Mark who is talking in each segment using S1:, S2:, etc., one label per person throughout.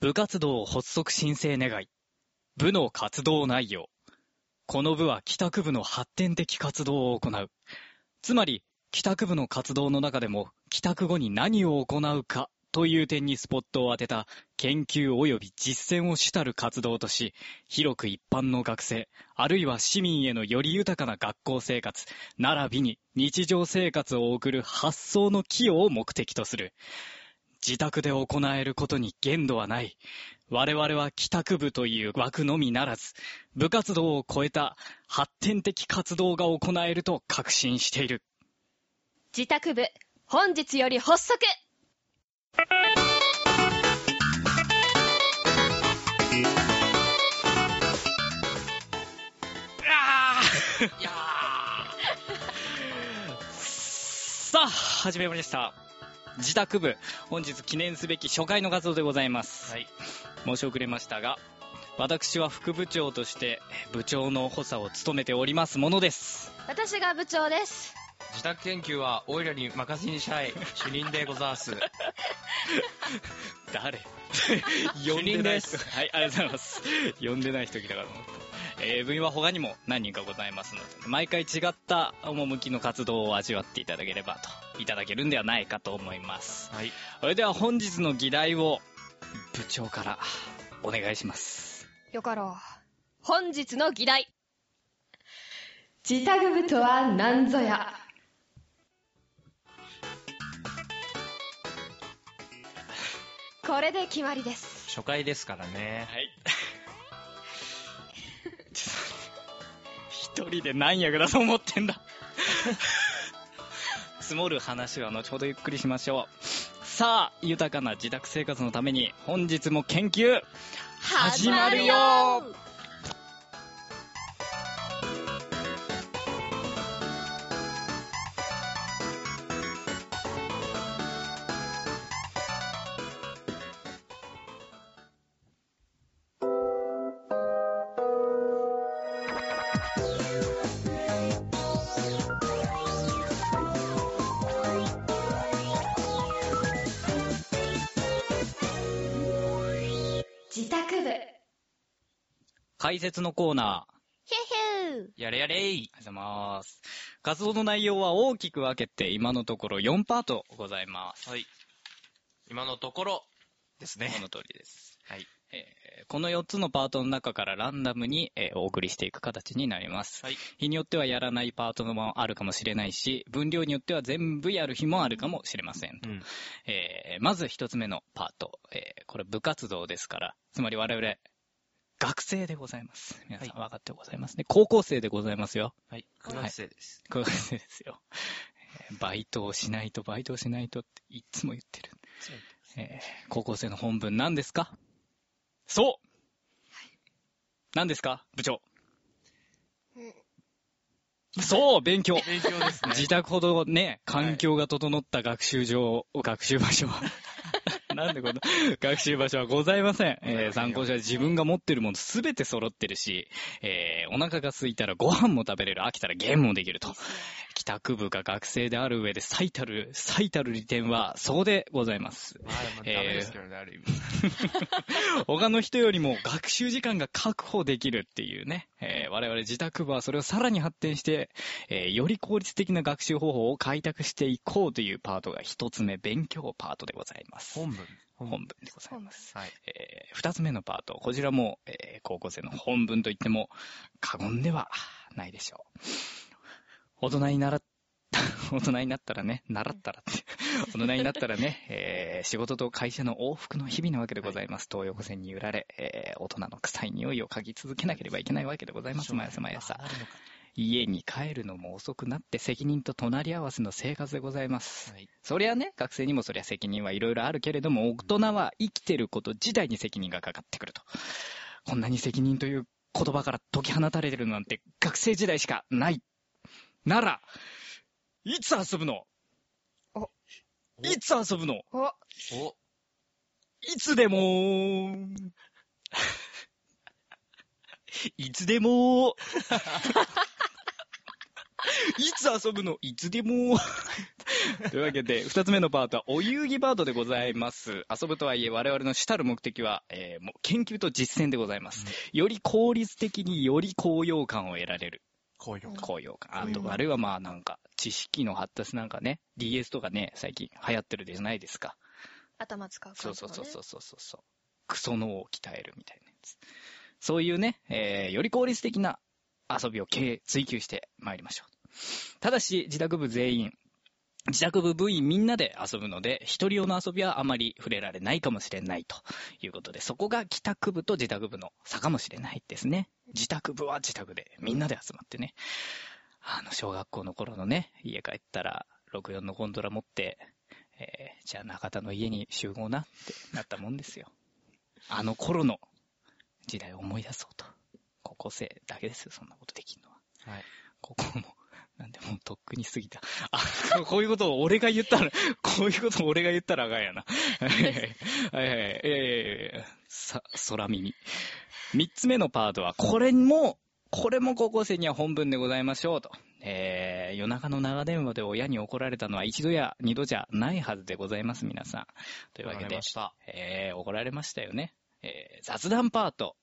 S1: 部活動発足申請願い。部の活動内容。この部は帰宅部の発展的活動を行う。つまり、帰宅部の活動の中でも、帰宅後に何を行うかという点にスポットを当てた研究及び実践を主たる活動とし、広く一般の学生、あるいは市民へのより豊かな学校生活、並びに日常生活を送る発想の寄与を目的とする。自宅で行えることに限度はない。我々は帰宅部という枠のみならず、部活動を超えた発展的活動が行えると確信している。
S2: 自宅部、本日より発足
S1: あーいやーさあ、始めました。自宅部、本日記念すべき初回の活動でございます。
S3: はい。
S1: 申し遅れましたが、私は副部長として部長の補佐を務めておりますものです。
S2: 私が部長です。
S3: 自宅研究は、オイラに任せにした い、主任でございます。
S1: 誰
S3: 呼んでない人
S1: はい、ありがとうございます。呼んでない人来たかと思った。えー、部員は他にも何人かございますので、毎回違った趣の活動を味わっていただければと、いただけるんではないかと思います。
S3: はい。
S1: それでは本日の議題を、部長からお願いします。
S2: よかろう。本日の議題。自宅部とは何ぞや。これで決まりです。
S3: 初回ですからね。
S1: はい。一人で何役だと思ってんだ。積もる話は後ほどゆっくりしましょう。さあ、豊かな自宅生活のために本日も研究始まるよ
S2: 自宅部。ヒュ
S1: 解説のコーナー。
S2: ヒュー
S3: やれやれい。
S1: ありがとうございます。活動の内容は大きく分けて今のところ4パートございます。
S3: はい。今のところ、ですね
S1: こ。の通りです。
S3: はい。
S1: えーこの4つのパートの中からランダムに、えーお送りしていく形になります。
S3: はい。
S1: 日によってはやらないパートのもあるかもしれないし、分量によっては全部やる日もあるかもしれません。
S3: うん。
S1: えーまず一つ目のパート。えーこれ部活動ですから、つまり我々、学生でございます。皆さん分かってございますね。高校生でございますよ。
S3: はい。
S1: はい
S3: 9学生です。
S1: 高校生ですよ。えーバイトをしないと、バイトをしないとっていつも言ってる。えー高校生の本文何ですかそう何ですか部長そう勉強
S3: 勉強 ですね。
S1: 自宅ほどね、環境が整った学習場、学習場所 は。なんでこんな、学習場所はございません。えー参考書は自分が持ってるものすべて揃ってるし、えーお腹が空いたらご飯も食べれる、飽きたらゲームもできると。帰宅部が学生である上で最たる、最たる利点は、そこでございます。
S3: まあ、でもダメですけどね、ある意味。
S1: 他の人よりも学習時間が確保できるっていうね、えー我々自宅部はそれをさらに発展して、えーより効率的な学習方法を開拓していこうというパートが一つ目、勉強パートでございます。
S3: 本文。
S1: 本
S3: 文。
S1: 文でござい
S2: そう
S1: ま
S2: な
S1: す。
S2: んです
S3: はい。
S1: えー二つ目のパート、こちらも、えー高校生の本文といっても過言ではないでしょう。大人になら、 大人になったらね、習ったらって、大人になったらね、えー仕事と会社の往復の日々なわけでございます。東横線に揺られ、えー大人の臭い匂いを嗅ぎ続けなければいけないわけでございます。毎朝毎朝。
S3: ああるのか
S1: 家に帰るのも遅くなって責任と隣り合わせの生活でございます。
S3: はい。
S1: そりゃね、学生にもそりゃ責任はいろいろあるけれども、大人は生きてること自体に責任がかかってくると。こんなに責任という言葉から解き放たれてるなんて学生時代しかない。なら、いつ遊ぶの
S2: お
S1: いつ遊ぶの
S2: お、
S3: お、
S1: いつでもいつでもいつ遊ぶのいつでも。というわけで、二つ目のパートはお遊戯パートでございます。遊ぶとはいえ我々の主たる目的は、えーもう研究と実践でございます。より効率的により高揚感を得られる。
S3: こういう
S1: 高揚感。あ
S2: う
S1: と、
S2: ん
S1: あるいはまあなんか、知識の発達なんかね、DS とかね、最近流行ってるじゃないですか。
S2: 頭使う感じ、
S1: そ
S2: ね。
S1: うそうそうそうそうそうそう。クソ脳を鍛えるみたいなやつ。そういうね、えーより効率的な遊びを経追求してまいりましょう。ただし、自宅部全員、自宅部部員みんなで遊ぶので、一人用の遊びはあまり触れられないかもしれないということで、そこが帰宅部と自宅部の差かもしれないですね。自宅部は自宅で、みんなで集まってね。あの、小学校の頃のね、家帰ったら、64のゴンドラ持って、えーじゃあ中田の家に集合なってなったもんですよ。あの頃の時代を思い出そうと。高校生だけですよ、そんなことできるのは。
S3: はい。
S1: 高校も、なんでもうとっくに過ぎた。あ、こういうことを俺が言ったら、こういうことを俺が言ったらあかんやな。はいはいはい。はいえいやいやさ、空耳。三つ目のパートは、これも、これも高校生には本文でございましょうと。えー、夜中の長電話で親に怒られたのは一度や二度じゃないはずでございます、皆さん。というわ
S3: わか
S1: け
S3: り
S1: で
S3: ま、した。
S1: えー、怒られましたよね。えー、雑談パート。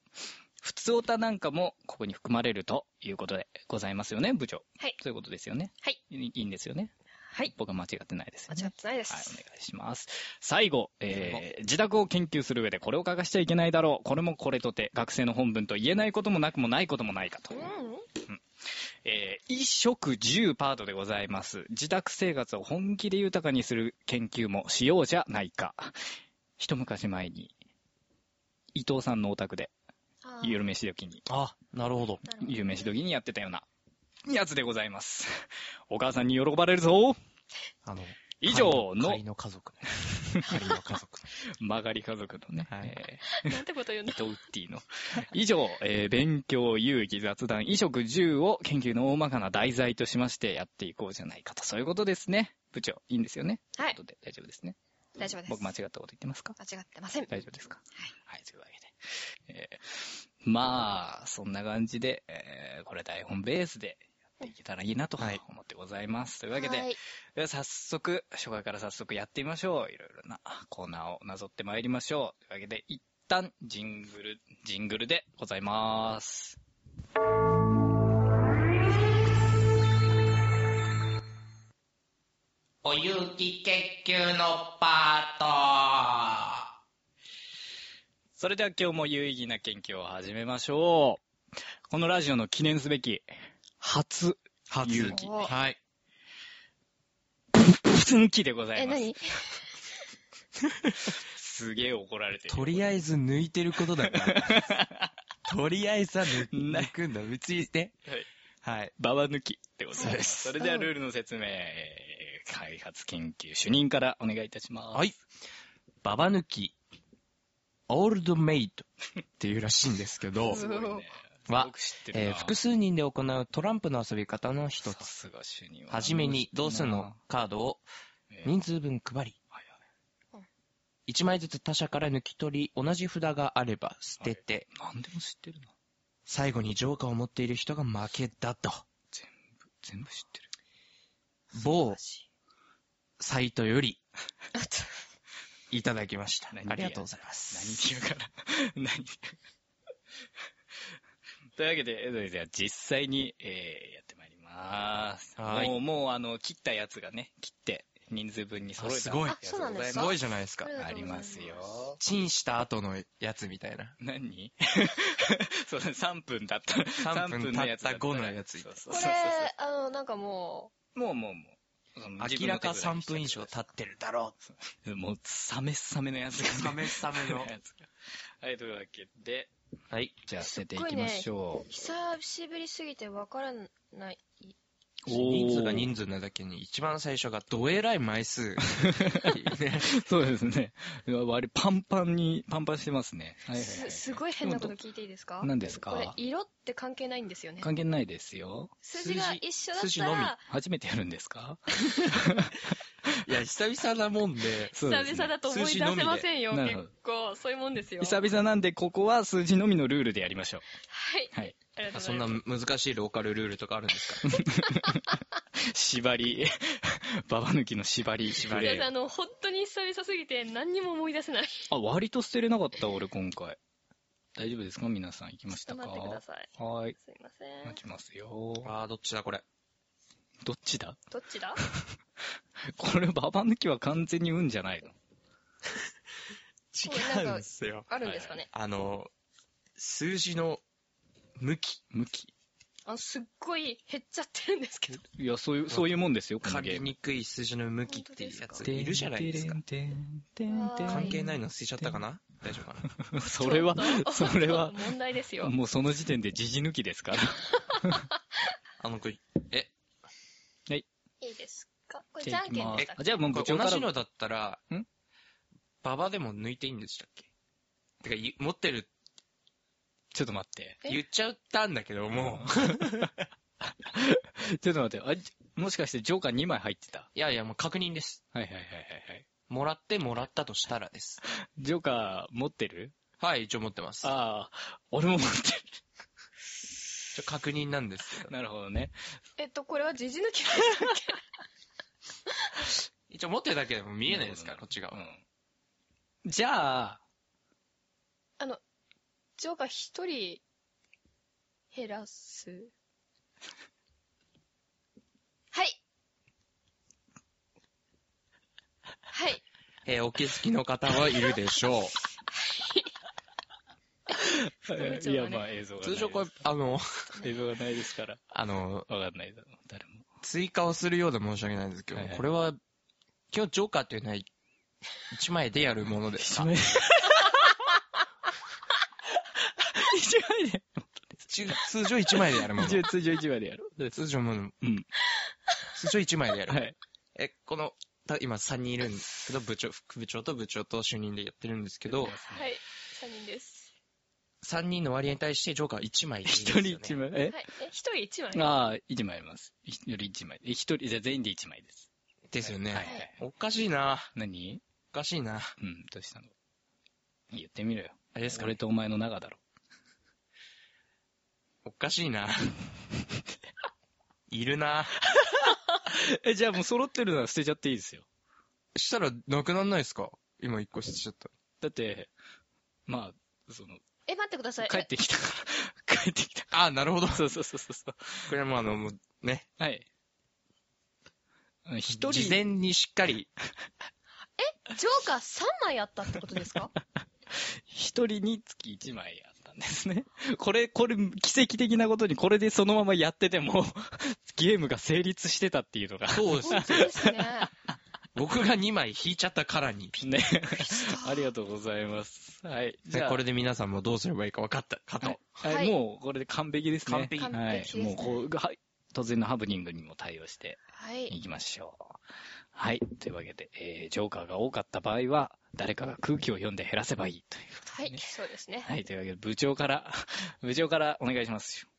S1: 普通歌なんかもここに含まれるということでございますよね、部長。
S2: はい
S1: そういうことですよね。
S2: はい。
S1: いいいんですよね。
S2: はい。
S1: 僕は間違ってないですよね、
S2: 間違ってないです。
S1: はい、お願いします。最後、えー自宅を研究する上でこれを欠かしちゃいけないだろう。これもこれとて、学生の本文と言えないこともなくもないこともないかと。
S2: うん。
S1: えー一食十パートでございます。自宅生活を本気で豊かにする研究もしようじゃないか。一昔前に、伊藤さんのお宅で、
S2: あー
S1: 夜飯時に、
S3: あ、なるほど。
S2: なるほど
S1: 夜飯時にやってたような、やつでございます。お母さんに喜ばれるぞ
S3: あの、
S1: 以上の
S3: 仮の家 族ね。仮の家族。
S1: 曲がり家族のね、
S3: はい
S1: えー
S2: なんてこと言うん
S1: 伊
S2: だ。
S1: 藤ウッディの。以上、えー勉強、遊戯、雑談、衣食、住を研究の大まかな題材としましてやっていこうじゃないかと。そういうことですね。部長、いいんですよね。
S2: はい
S1: ということで大丈夫ですね。
S2: 大丈夫です
S1: 僕間違ったこと言ってますか
S2: 間違ってません。
S1: 大丈夫ですかはい。というわけで。えーまあ、そんな感じで、えーこれ台本ベースでやっていけたらいいなと
S3: はい
S1: 思ってございます。というわけで、
S2: はい
S1: では早速、初回から早速やってみましょう。いろいろなコーナーをなぞってまいりましょう。というわけで、一旦、ジングル、ジングルでございます。
S4: お遊戯研究のパ
S1: それでは今日も有意義な研究を始めましょう。このラジオの記念すべき、 初、
S3: 初
S1: 勇気
S2: お
S3: はい。
S1: 普抜きでござ
S2: え、
S1: います。
S2: 何
S1: すげえ怒られてる。
S3: とりあえず抜いてることだから。とりあえずは抜く抜くんだ。うちして。はい。
S1: ババ抜きでございます。
S2: そ
S1: そうれ
S2: です
S1: ではルールの説明、えー開発研究主任からお願いいたします。
S3: はい。ババ抜き、オールドメイトっていうらしいんですけ ど、
S1: すごいね。
S3: は
S1: よ、く知ってるな。
S3: えー複数人で行うトランプの遊び方の一
S1: さ
S3: つ。
S1: すが主任は。
S3: はじめに同数のカードを
S1: えー
S3: 人数分配り、1枚ずつ他者から抜き取り、同じ札があれば捨てて、
S1: 何でも知ってるな。
S3: 最後にジョーカーを持っている人が負けだと。
S1: 全部知ってる。
S3: 某サイトよ り、いただきました。
S1: 何
S3: ありがとうございます。
S1: 何言うから。 何言うというわけで、えーそれでは実際に、えーやってまいります。
S3: はい
S1: もう、もう、あの、切ったやつがね、切って、人数分に揃えた。
S3: あすごい
S2: あそうなんです
S3: す
S2: か
S3: ごいじゃないですか。
S1: ありますよ。
S3: チンした後のやつみたいな。
S1: 何 そう、3分だった。
S3: 3分
S1: のやつだ
S3: 経った後のやつ
S1: そうそう
S2: こ
S1: そうそう。、
S2: れあの、なんかも
S1: もうもうもう。その
S3: 明らか3分以上経ってるだろ
S1: もう、サメサメのやつ
S3: う。
S1: がね、
S3: サメサメの。
S1: はい、というわけで、
S3: はい。
S1: じゃあ捨ててい
S2: すっご
S1: き
S2: いね
S1: ましょ
S2: う、久しぶりすぎてわからない。
S1: う。
S3: 人数が人数なだけに、一番最初がどえらい枚 数。ね
S1: そうですね。うわ割りパンパンに、パンパンしてますね。はいはいは
S2: す、すごい変なこと聞いていいですか
S1: い。何です
S2: これ
S1: か、
S2: 色って関係ないんですよね。
S1: 関係ないですよ。
S2: 数字が一緒だっ
S3: 数字
S2: た
S3: のみ
S2: ら、
S1: 初めてやるんですか
S3: いや、久々なもんで、
S1: そうです
S2: 久
S1: ね
S2: 々だと思い出せませんよ。
S1: 数字のみで
S2: 結構、そういうもんですよ。
S1: 久々なんで、ここは数字のみのルールでやりましょう。
S2: はい。
S1: はい。
S2: ありがとうござ
S3: そ
S2: い
S3: ん
S2: ま
S3: な
S2: す。
S3: 難しいローカルルールとかあるんですか
S1: 縛り、 ババ抜きの縛り、縛
S3: んな
S1: り。
S2: いやあの、本当に久々すぎて何にも思い出せない。ち
S1: あ、割と捨てれなかった、俺今回。大丈夫ですか皆さん、行き
S2: ょ
S1: ま
S2: っ
S1: した
S2: と
S1: か
S2: 待ってください。
S1: はーい。
S2: すいません
S1: 待。ちますよ。
S3: あー、どっちだこれ。
S1: どっちだ
S2: どっち だ
S1: これ、ババ抜きは完全に運じゃないの。
S2: これなんか
S3: すよ。
S2: あるんですかね。
S3: あの、数字の向き。
S1: 向き。
S2: あの、すっごい減っちゃってるんですけど。
S1: いや、そういう、そういうもんですよ、この
S3: 噛
S1: ゲ
S3: み
S1: ーム。
S3: にくい数字の向きっていうやつ
S2: 本当
S3: いるじゃないですか。
S1: てんてんてんてん
S2: か
S3: 関係ないの捨てちゃったかな大丈夫か な
S1: それは
S2: ちょっ、と
S1: それは
S2: ちょ、っと問題ですよ。
S1: もうその時点で時事抜きですから。
S3: あの、これえ、
S2: いいですかこれ
S1: じ
S2: じ
S1: ゃ
S2: ゃ
S1: あ
S2: ん
S1: 行き
S2: けん
S1: ま
S2: ですしたっ
S1: あ
S2: け
S1: じゃあもう
S3: こ
S1: 部長
S3: れ
S1: か
S3: 同
S1: ら
S3: じ。のだったら
S1: ん、
S3: ババでも抜いていいんでしたっけてか、ゆ持ってる、
S1: ちょっと待って。
S2: え
S3: 言っちゃったんだけど、も う。
S1: ちょっと待って。あじもしかしてジョーカー2枚入ってた
S3: いやいや、もう確認です。
S1: はいはいはいはいはい。
S3: もらってもらったとしたらです。
S1: ジョーカー持ってる
S3: はい、一応持ってます。
S1: ああ、俺も持って
S3: ちょ確認なんですけど
S1: る。。なるほどね。
S2: えっと、これは時事抜きでしたっけ
S3: 一応持ってるだけでも見えないですから、
S1: な
S3: こっちが。
S1: うん。じゃあ、
S2: あの、ジョーが一人減らす。はい。はい。
S3: えーお気づきの方はいるでし ょ
S2: 部長
S1: い
S2: がね
S1: や、まあ映像
S3: う。
S1: がないで
S3: 通
S1: す。
S3: 常これ、あの、
S1: 映像がないですから、
S3: あの、
S1: わかんないだろう、誰も。
S3: 追加をするようで申し訳ないんですけど、
S1: はいはい
S3: これは、今日ジョーカーっていうのは、一枚でやるものですか
S1: 一枚。一枚で。
S3: ち通常一枚でやるもの。
S1: 一応通常一枚でやろう。
S3: 通常もの、
S1: うん。
S3: 通常一枚でやる。
S1: はい。
S3: え、この、た今3人いるんですけど、部長、副部長と部長と主任でやってるんですけど、
S2: はい。三人です。
S3: 3人の割合に対してジョーカーは1枚でいいんです
S1: 一
S3: よ、
S1: 人
S3: ね。
S1: 一枚。え
S2: はい。え、一人一枚。
S1: ああ、一枚あります。一人一枚。え一人、じゃあ全員で一枚です。
S3: ですよね。
S1: はいはい。
S3: おかしいな。
S1: 何
S3: おかしいな。
S1: うん、どうしたの言ってみろよ。
S3: あれですか
S1: 俺とお前の仲だろ。
S3: おかしい な。いるな。
S1: え、じゃあもう揃ってるなら捨てちゃっていいですよ。
S3: したら、なくなんないですか今1個捨てちゃった。
S1: だって、まあ、その、
S2: え、待ってください。
S1: 帰ってきたから、 帰ってきたか
S3: あー、なるほど。
S1: ら。そうそうそうそうそう。
S3: これはもうあの、もうね、
S1: はい。あの一
S3: 事
S1: 人、
S3: 前にしっかり、
S2: えジョーカー三枚あったってことです か
S1: 一人につき一枚やったんですね。 これ、これ、奇跡的なことに、これでそのままやってても、 ゲームが成立してたっていうのが、
S3: そう です
S2: 本当ですね。
S3: 僕が2枚引いちゃったからに。
S1: ね。 ありがとうございます。はい。じゃあ、
S3: これで皆さんもどうすればいいか分かったかと。
S1: はい
S2: はい
S1: もう、これで完璧ですね。
S3: 完璧
S2: 完璧ですね
S1: はい。もう、こう、はい。突然のハプニングにも対応して
S2: はい。
S1: いきましょう。はい。というわけで、えージョーカーが多かった場合は、誰かが空気を読んで減らせばいいという。
S2: はい、そうですね。
S1: はい。というわけで、部長から、 部長からお願いしますよ。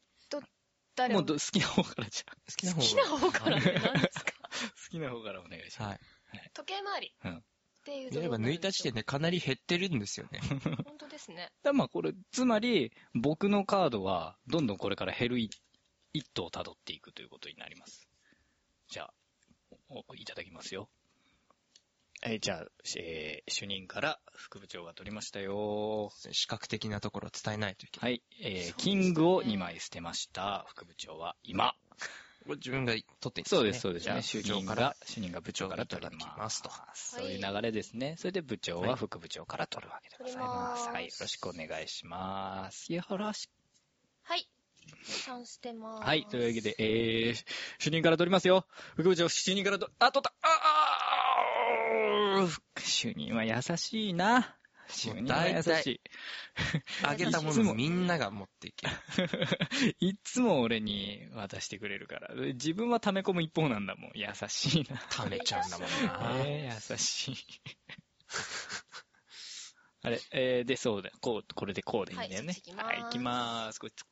S2: 誰
S1: も
S2: も
S1: うど好きな方からじゃあ。
S3: 好きな
S2: 好きな方からって何ですか
S1: 好きな方からお願いします。
S3: はい。
S2: 時計回り。
S1: うん
S2: っていうと
S3: 見
S2: こ
S3: れ
S2: ろ
S3: ば
S2: なん
S3: 抜
S2: で
S3: いた時
S2: しょう
S3: 点でかなり減ってるんですよね。
S2: 本当ですね。
S1: だまあこれ、つまり、僕のカードは、どんどんこれから減る一一途を辿っていくということになります。じゃあ、おおいただきますよ。えーじゃあ、えー主任から副部長が取りましたよ。
S3: 視覚的なところを伝えないといけない。
S1: はい、
S2: そうで
S1: えー
S2: すね
S1: キングを2枚捨てました。副部長は今。
S3: これ自分が取っていいん
S1: そうです、そうです。
S3: じゃあ、
S1: 主
S3: 主
S1: 任
S3: 張か
S1: が
S3: ら、、
S1: 主任が部長から取りますと
S3: 取り。
S1: そういう流れですね。それで部長は副部長から取るわけでございます。
S2: 取ります
S1: はい、よろしくお願いします。よろしく。
S2: はい。3捨てます。
S1: はい、というわけで、えー、主任から取りますよ。副部長、主任からと、あ、取ったああ主任は優しいな。主任は優し
S3: あげたも
S1: いつ
S3: の
S1: も
S3: をみんなが持っていける。
S1: い。いつも俺に渡してくれるから。自分は溜め込む一方なんだもん。優しいな。
S3: ためちゃうんだもんな。
S1: えー優しい。 あれ、えー、で、そうだ。こう、これでこうでいいんだよね。
S2: はいそっち行きます
S1: はい、行きます。こいつ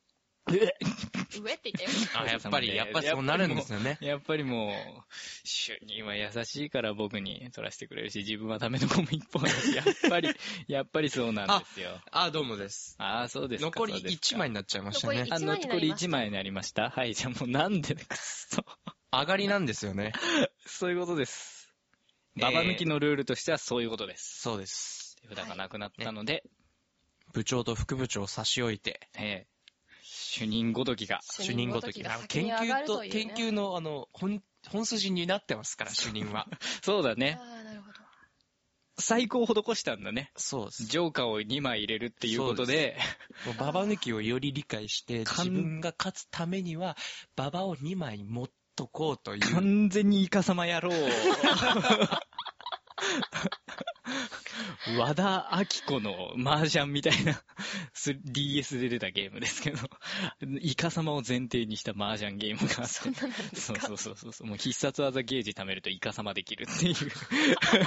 S2: 上って言ったよ。
S3: あ、やっぱり、やっぱそうなるんですよね。
S1: やっぱりもう、主任は優しいから僕に取らせてくれるし、自分はダメの子も一方だし、やっぱ り、やっぱりそうなんですよ。
S3: あ、どうもです。
S1: ああー、そうですか。
S3: 残り
S1: そうですか
S3: 1枚になっちゃいました
S2: 残
S3: ね
S2: り。
S1: あ、
S2: 一枚にな
S1: 残
S2: り
S1: り
S2: ました
S1: 1枚になりましたはい、じゃあもうなん で、くっそ。
S3: 上がりなんですよね。
S1: そういうことです。
S3: えー
S1: ババ抜きのルールとしてはそういうことです。
S3: そうです。
S1: 手札がなくなったので、
S3: 部長と副部長を差し置いて、
S1: えー主任ごときが、
S3: 主任ごとき。あの
S2: 先
S3: 研
S2: に上が
S3: 究
S2: る
S3: と、
S2: いう
S3: 研
S2: ね
S3: 究の、あの、本、本筋になってますから、主任は。
S1: そうだね。
S2: ああ、なるほど。
S1: 最高を施したんだね。
S3: そうです。
S1: ジョーカーを2枚入れるっていうことで、
S3: もうババ抜きをより理解して、
S1: かん
S3: 自分が勝つためには、ババを2枚持っとこうという。
S1: 完全にイカ様野郎。 和田明子の麻雀みたいな、す DS で出たゲームですけど、イカ様を前提にした麻雀ゲームがあって
S2: そんななんです
S1: そう
S2: か
S1: そうそうそうそう。もう必殺技ゲージ貯めるとイカ様できるっていう。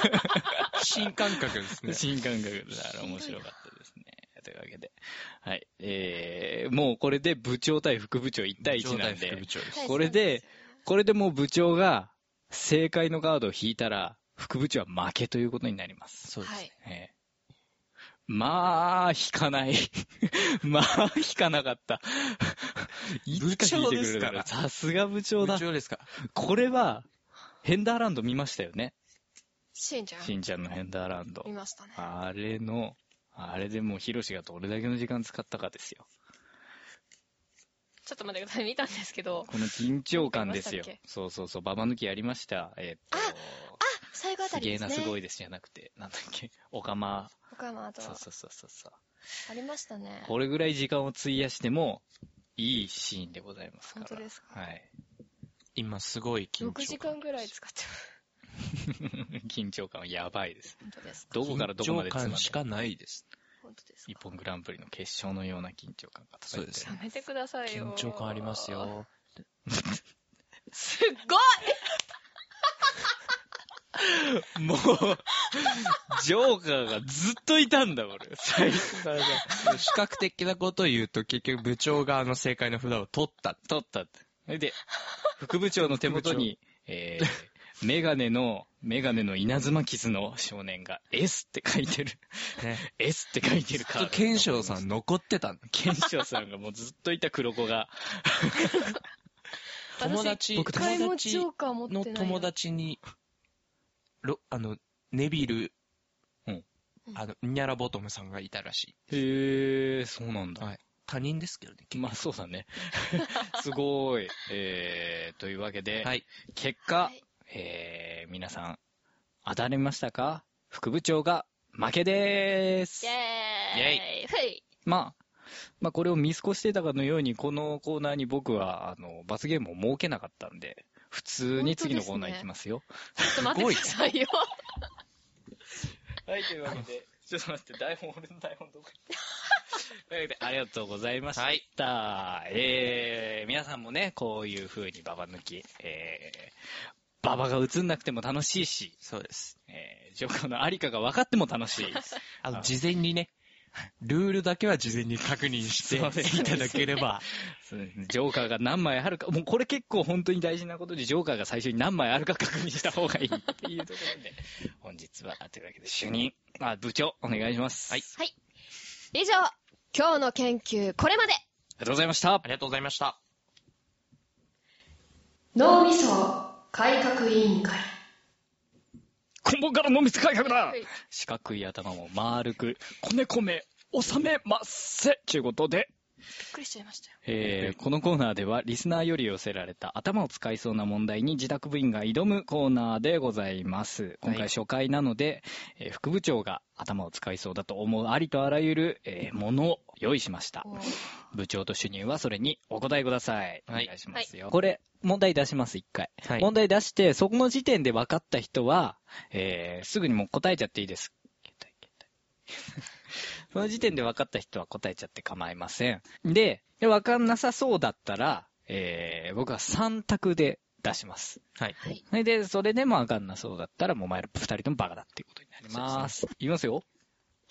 S3: 新感覚ですね
S1: 新感覚だから面白かったですね。というわけで。はい。えー、もうこれで部長対副部長1対1なん
S3: 部長対副
S1: で
S3: 部、長です。
S1: これで、これでもう部長が正解のカードを引いたら、副部長は負けということになります。
S3: そうです。
S2: はい。
S1: ええまあ、引かない。 まあ、引かなか った。いつか引いてくれるだろう
S3: 部長
S1: さ
S3: です
S1: すが部長
S3: 部
S1: だ。
S3: 長ですか
S1: これは、ヘンダーランド見ましたよね。
S2: しんちゃん。
S1: しんちゃんのヘンダーランド
S2: 見。ましたね。
S1: あれの、あれでもうヒロシがどれだけの時間使ったかですよ。
S2: ちょっと待ってください。見たんですけど、
S1: この緊張感ですよ
S2: やりましたっ。
S1: そうそうそう、ババ抜きやりました。えっと、
S2: 最後あた
S1: すげ
S2: りで
S1: え
S2: す
S1: な
S2: ね。
S1: すごいですじゃなくて、なんだっけ、オカマ、
S2: 他もあと
S1: そう
S2: は
S1: そうそうそうそう。
S2: ありましたね。
S1: これぐらい時間を費やしても、いいシーンでございますから。
S2: 本当ですか
S1: はい。
S3: 今すごい緊張
S2: 6時間ぐらい使ってます。
S1: 緊張感はやばいです。
S2: 本当ですか
S1: どこからどこまで
S3: 緊張
S1: 詰ま
S3: 感
S1: っ
S3: して
S1: も
S3: かないです。
S2: 本当です
S1: 一
S2: か
S1: 本グランプリの決勝のような緊張感が漂ってる
S3: そうです
S2: やめてくださいよ。
S3: 緊張感あります。 よ。
S2: すっごい
S1: もう、ジョーカーがずっといたんだ、俺。最初からさ
S3: 比較的なことを言うと、結局部長があの正解の札を取った。
S1: 取ったって。それで、副部長の手元に、えー、メガネの、メガネの稲妻傷の少年が S って書いてる。
S3: ね。
S1: S って書いてる
S3: ず
S1: カ
S3: っ
S1: ー
S3: と
S1: ド。
S3: 賢章さん。残ってたんだ
S1: 賢章さんがもうずっといた黒子が、
S3: 友達、
S2: 一回もジョーカー持っ
S3: の
S2: てない。
S3: 友。達に、ろ、あの、ネビル、
S1: うん
S3: あの、ニャラボトムさんがいたらし
S1: へえ、そうなん
S3: い。
S1: だ。
S3: はい。他人ですけどね。
S1: まあそうだね。 すごい。えー、というわけで、
S3: はい。
S1: 結果、
S2: はい
S1: えー、皆さん、当たりましたか副部長が負けでーす
S2: イェーイ。ふい。
S1: まあ、まあこれを見過ごしてたかのように、このコーナーに僕は、あの、罰ゲームを設けなかったんで、普通に次のコーナー行きますよ。
S2: ちょっと待ってくださいよ。
S1: はい、というわけ で、ちょっと待って、台本、俺の台本どこというわけで、ありがとうございました。えー、皆さんもね、こういう風にババ抜き、えー、ババが映んなくても楽しいし、
S3: そうです。
S1: えー、ジョーカーのありかが分かっても楽しい。
S3: あの、
S1: あ
S3: 事前にね、ルールだけは事前に確認して
S1: そうです
S3: いただければ、
S1: そうですねジョーカーが何枚あるか、もうこれ結構本当に大事なことで、ジョーカーが最初に何枚あるか確認した方がいいっていうところで、本日は、というわけで、主任、あ、部長、お願いします。はい。
S2: はい。以上、今日の研究、これま で
S1: ありがとうございました
S3: あ。りがとうございました。
S2: 脳みそ改革委員会。
S1: 根本から脳みそ改革だ
S2: はい
S1: 四角い頭も丸く、こねこめ、収めまっせということで、
S2: びっくりしちゃいましたよ。
S1: えーこのコーナーではリスナーより寄せられた頭を使いそうな問題に自宅部員が挑むコーナーでございます。今
S3: は
S1: 回
S3: い
S1: 初回なので、えー副部長が頭を使いそうだと思うありとあらゆる、えーものを用意しました。
S2: おー
S1: 部長と主任はそれにお答えください。
S3: はい
S1: お願いしますよ。これ、問題出します、一回。
S3: はい
S1: 問題出して、そこの時点で分かった人は、えー、すぐにもう答えちゃっていいです。 携帯携帯その時点で分かった人は答えちゃって構いません。で、で分かんなさそうだったら、えー、僕は3択で出します。
S3: はい。
S2: はい。
S1: それで、それでも分かんなそうだったら、もうお前ら二人ともバカだっていうことになります。いきますよ。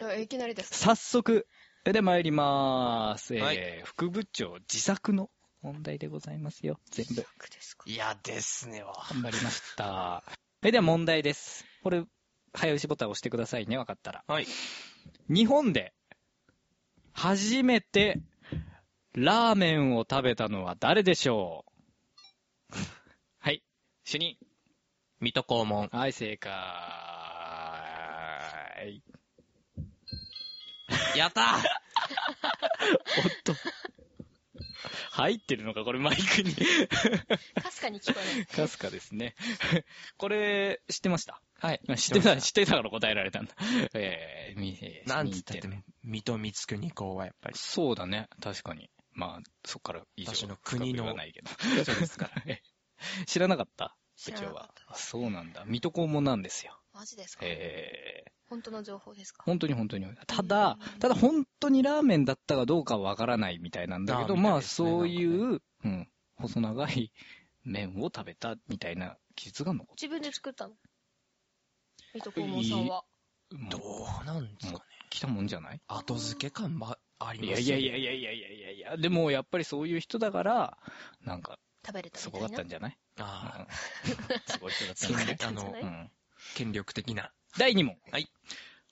S2: あいきなりです。
S1: 早速、それでは参ります。えー
S3: は
S1: 副部長自作の問題でございますよ。全部。
S2: ですか
S3: いやですねわ。
S1: 頑張りました。それでは問題です。これ、早押しボタン押してくださいね、分かったら。
S3: はい。
S1: 日本で、初めて、ラーメンを食べたのは誰でしょう はい。主任。
S3: 水戸黄門。
S1: はい、正解。
S3: やったー
S1: おっと。入ってるのか、これマイクに。
S2: かすかに聞こ え
S1: かすかですね。これ、知ってました
S3: はい
S1: まあ知ってた、知ってたから答えられたんだ。えーみえー
S3: なんつったって
S1: み
S3: ね、水戸光国公はやっぱり。
S1: そうだね、確かに。まあ、そっから以上
S3: 私の国
S1: 深
S3: の
S1: く言わないけど。え 知らなかった部長
S2: 知らなか
S1: は
S2: っ。
S1: あそうなんだ。水戸黄門なんですよ。
S2: ない。マジですか
S1: えー
S2: 本当の情報ですか
S1: 本当に本当に。ただ、ただ本当にラーメンだったかどうかはわからないみたいなんだけど、
S3: あーみたい
S1: まあ
S3: ですね
S1: そういう、うん、細長い麺を食べたみたいな記述が残って
S2: 自分で作ったの水戸黄門さんは。
S1: る。
S3: ど
S1: もう
S3: うなんですかね。
S1: 来たもんじゃない
S3: 後付け感ばあり
S1: い
S3: ま
S1: や
S3: す
S1: いやいやいやいやいやいやいや、でもやっぱりそういう人だから、なんか、
S2: 食べれた
S1: す
S2: み
S1: ごか
S2: たい
S1: っ
S2: な
S1: た。んじゃない
S3: あ
S1: うんすごい人だったん
S3: ー
S1: だね。
S2: た
S3: あ
S2: んじゃ
S3: の
S2: な、い
S1: うん
S3: 権力的な。
S1: 第2問。
S3: はい。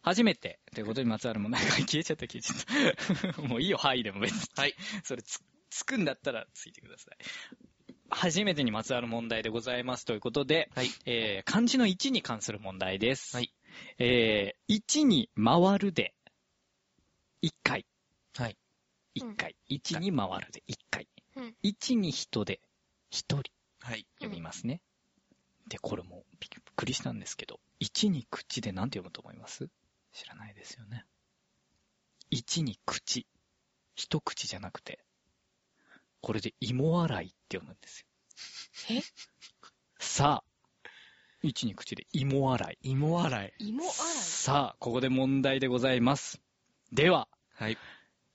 S1: 初めて、ということにまつわるもん。なんか 消えちゃった消えちゃった。 もういいよ、はいでも別に。
S3: はい。
S1: それつ、つくんだったらついてください。初めてにまつわる問題でございますということで、
S3: はい。
S1: えー、漢字の1に関する問題です。
S3: はい。
S1: えー、1に回るで、1回。
S3: はい。
S1: 1回。1に回るで、1回
S2: うん。
S1: 1に人で、1人。
S3: はい。
S1: 読みますね。で、これもびっくりしたんですけど、1に口で何て読むと思います知らないですよね。1に口。一口じゃなくて、これで芋洗いって読むんですよ。
S2: え
S1: さあ、1に口で芋洗い。
S3: 芋洗い。
S2: 芋洗
S1: さあ、ここで問題でございます。では、
S3: はい。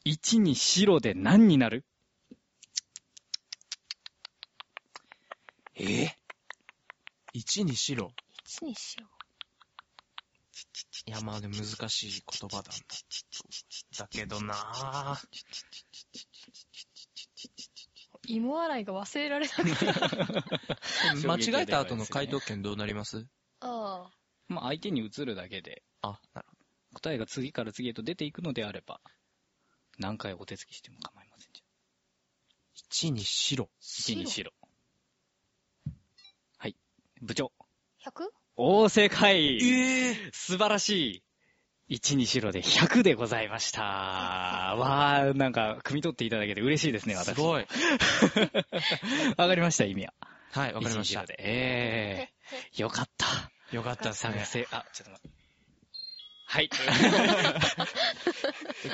S1: 1に白で何になる
S3: えー、一に白。
S2: い一にしよ
S3: いや、まあでも難しい言葉だな。だけどなぁ。
S2: う。芋洗いが忘れられなくて。
S3: 間違えた後の回答権どうなります
S2: ああ。
S1: まあ、相手に移るだけで、
S3: あ、なる
S1: 答えが次から次へと出ていくのであれば、何回お手つきしても構いませんじ
S3: 一に白。
S1: ゃん。1に白。はい。部長。
S2: 100?
S1: おー、正解
S3: ええ
S1: 素晴らしい !1 に白で100でございました。 わー、なんか、汲み取っていただけて嬉しいですね、私。
S3: すご
S1: い。
S3: い。
S1: わかりました、意味は。
S3: はい、わかりまし
S1: 1に白
S3: た。
S1: でえー、よかった。
S3: よかったです
S1: 探
S3: ね。
S1: せ、あ、ちょっと待って。はい。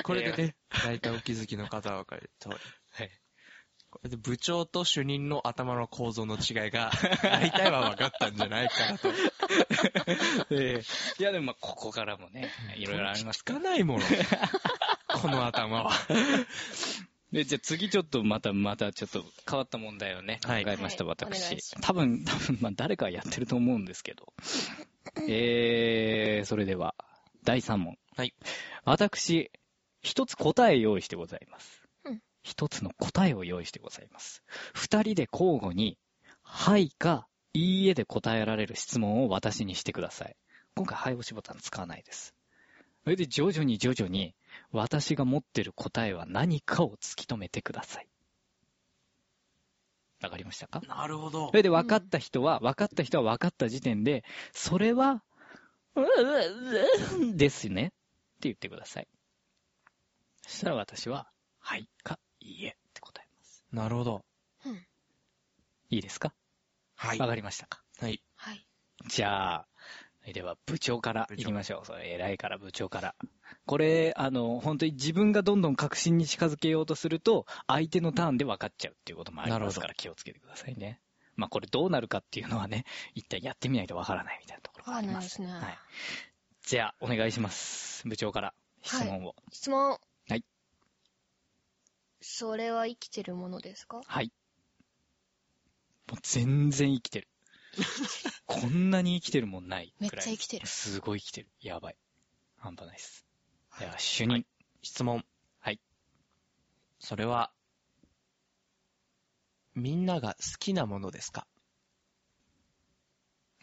S3: これでね、大体お気づきの方はわかる通り。
S1: はい
S3: これで部長と主任の頭の構造の違いが、大体は分かったんじゃないかなと。
S1: えーいや、でもまあ、ここからもね、いろいろありますから
S3: 聞かないもの。この頭は。
S1: で、じゃあ次ちょっとまた、またちょっと変わった問題をね、考
S3: はい
S1: えました、
S2: はいお願い
S1: 私
S2: し。
S1: 多分、多分、まあ誰かはやってると思うんですけど。えー、それでは、第3問。
S3: はい。
S1: 私、一つ答え用意してございます
S2: うん。
S1: 一つの答えを用意してございます。二人で交互に、はいか、いいえで答えられる質問を私にしてください。今回、はい押しボタン使わないです。それで徐々に徐々に、私が持ってる答えは何かを突き止めてください。わかりましたか
S3: なるほど
S1: そ。れで分かった人は、分かった人は分かった時点で、それは、ううううですね。って言ってください。そしたら私は、はいか、いいえって答えます。
S3: なるほど。
S2: うん。
S1: いいですか
S3: はい
S1: わかりましたか
S3: はい。
S2: はい。
S1: じゃあ、では部長から
S3: 部
S1: い
S3: 長
S1: きましょう。それ偉いから部長から。これ、あの、本当に自分がどんどん確信に近づけようとすると、相手のターンで分かっちゃうっていうこともありますか
S3: な
S1: ら気をつけてくださいね。まあこれどうなるかっていうのはね、 一旦やってみないとわからないみたいなところ
S2: わ
S1: が
S2: か
S1: あり
S2: んない
S1: ま。
S2: ですすね。
S1: はいじゃあ、お願いします。部長から質問を。
S2: 質問。
S1: はい。
S2: それは生きてるものですか
S1: はい。もう全然生き てる。こんなに生きてるもんない
S2: めっ
S1: く
S2: ち
S1: ら
S2: ゃ
S1: い。
S2: 生きてる。
S1: すごい生きてる。やばい。半端ないっす。では、主任。
S3: 質問。それは、みんなが好きなものですか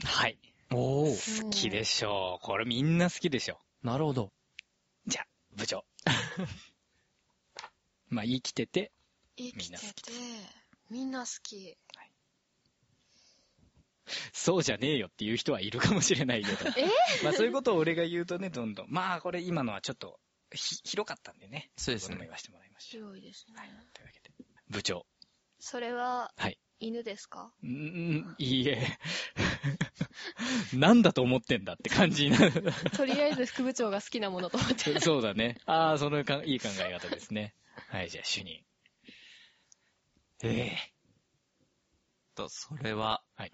S1: はい。
S3: おお
S1: 好きでしょう。これみんな好きでしょ
S3: なるほど。
S1: う。じゃあ、部長。 まあ、生きてて、
S2: 生
S1: み
S2: き
S1: んな
S2: て
S1: 好
S2: て、みんな好き。
S1: そうじゃねえよっていう人はいるかもしれないけど。
S2: え
S1: まあ、そういうことを俺が言うとね、どんどん。まあ、これ今のはちょっと、ひ、広かったんでね。
S3: そうです
S1: その言
S3: ね。
S1: わせてもらいました。
S2: 強いですね。
S1: というわけで。部長。
S2: それは、
S1: はい
S2: 犬ですか
S1: んーいいえ。 なんだと思ってんだって感じになる。
S2: とりあえず副部長が好きなものと思って。
S1: そうだね。ああ、そのか、いい考え方ですね。はい、じゃあ主任。ええ
S3: と、それは、
S1: はい。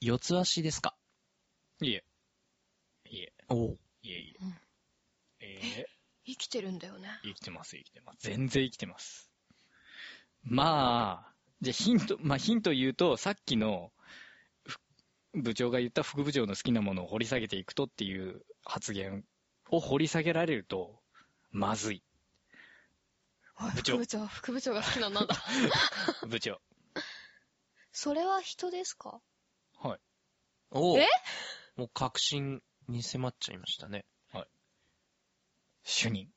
S3: 四つ足ですか
S1: いいえ。いいえ。
S3: おお
S1: いいえ、いい
S2: うん
S1: え。ええ
S2: 生きてるんだよね。
S1: 生きてます、生きてます。全然生きてます。まあ、じゃあヒント、まあヒント言うと、さっきの、ふ部長が言った副部長の好きなものを掘り下げていくとっていう発言を掘り下げられると、まずい。
S2: あ
S1: 部長
S2: 副部長、副部長が好きなのなんだ。
S1: 部長。
S2: それは人ですか
S1: はい。
S3: おお
S2: え
S3: もう確信に迫っちゃいましたね。
S1: 主任。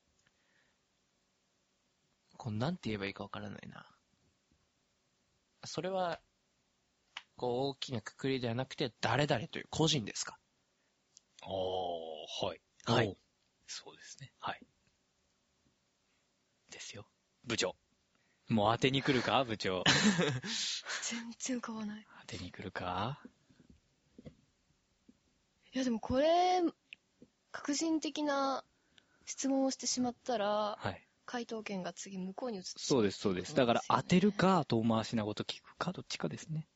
S3: こう、なんて言えばいいかわからないな。それは、こう、大きなくくりではなくて、誰々という個人ですか
S1: おー、はい。
S3: おう。
S1: そうですね。はい。ですよ。部長。もう当てに来るか部長。
S2: 全然浮かばない。
S1: 当てに来るか
S2: いやでもこれ、革新的な質問をしてしまったら、
S1: はい。
S2: 回答権が次向こうに移って
S1: そうです、そうです。だから当てるか、遠回しなこと聞くか、どっちかですね。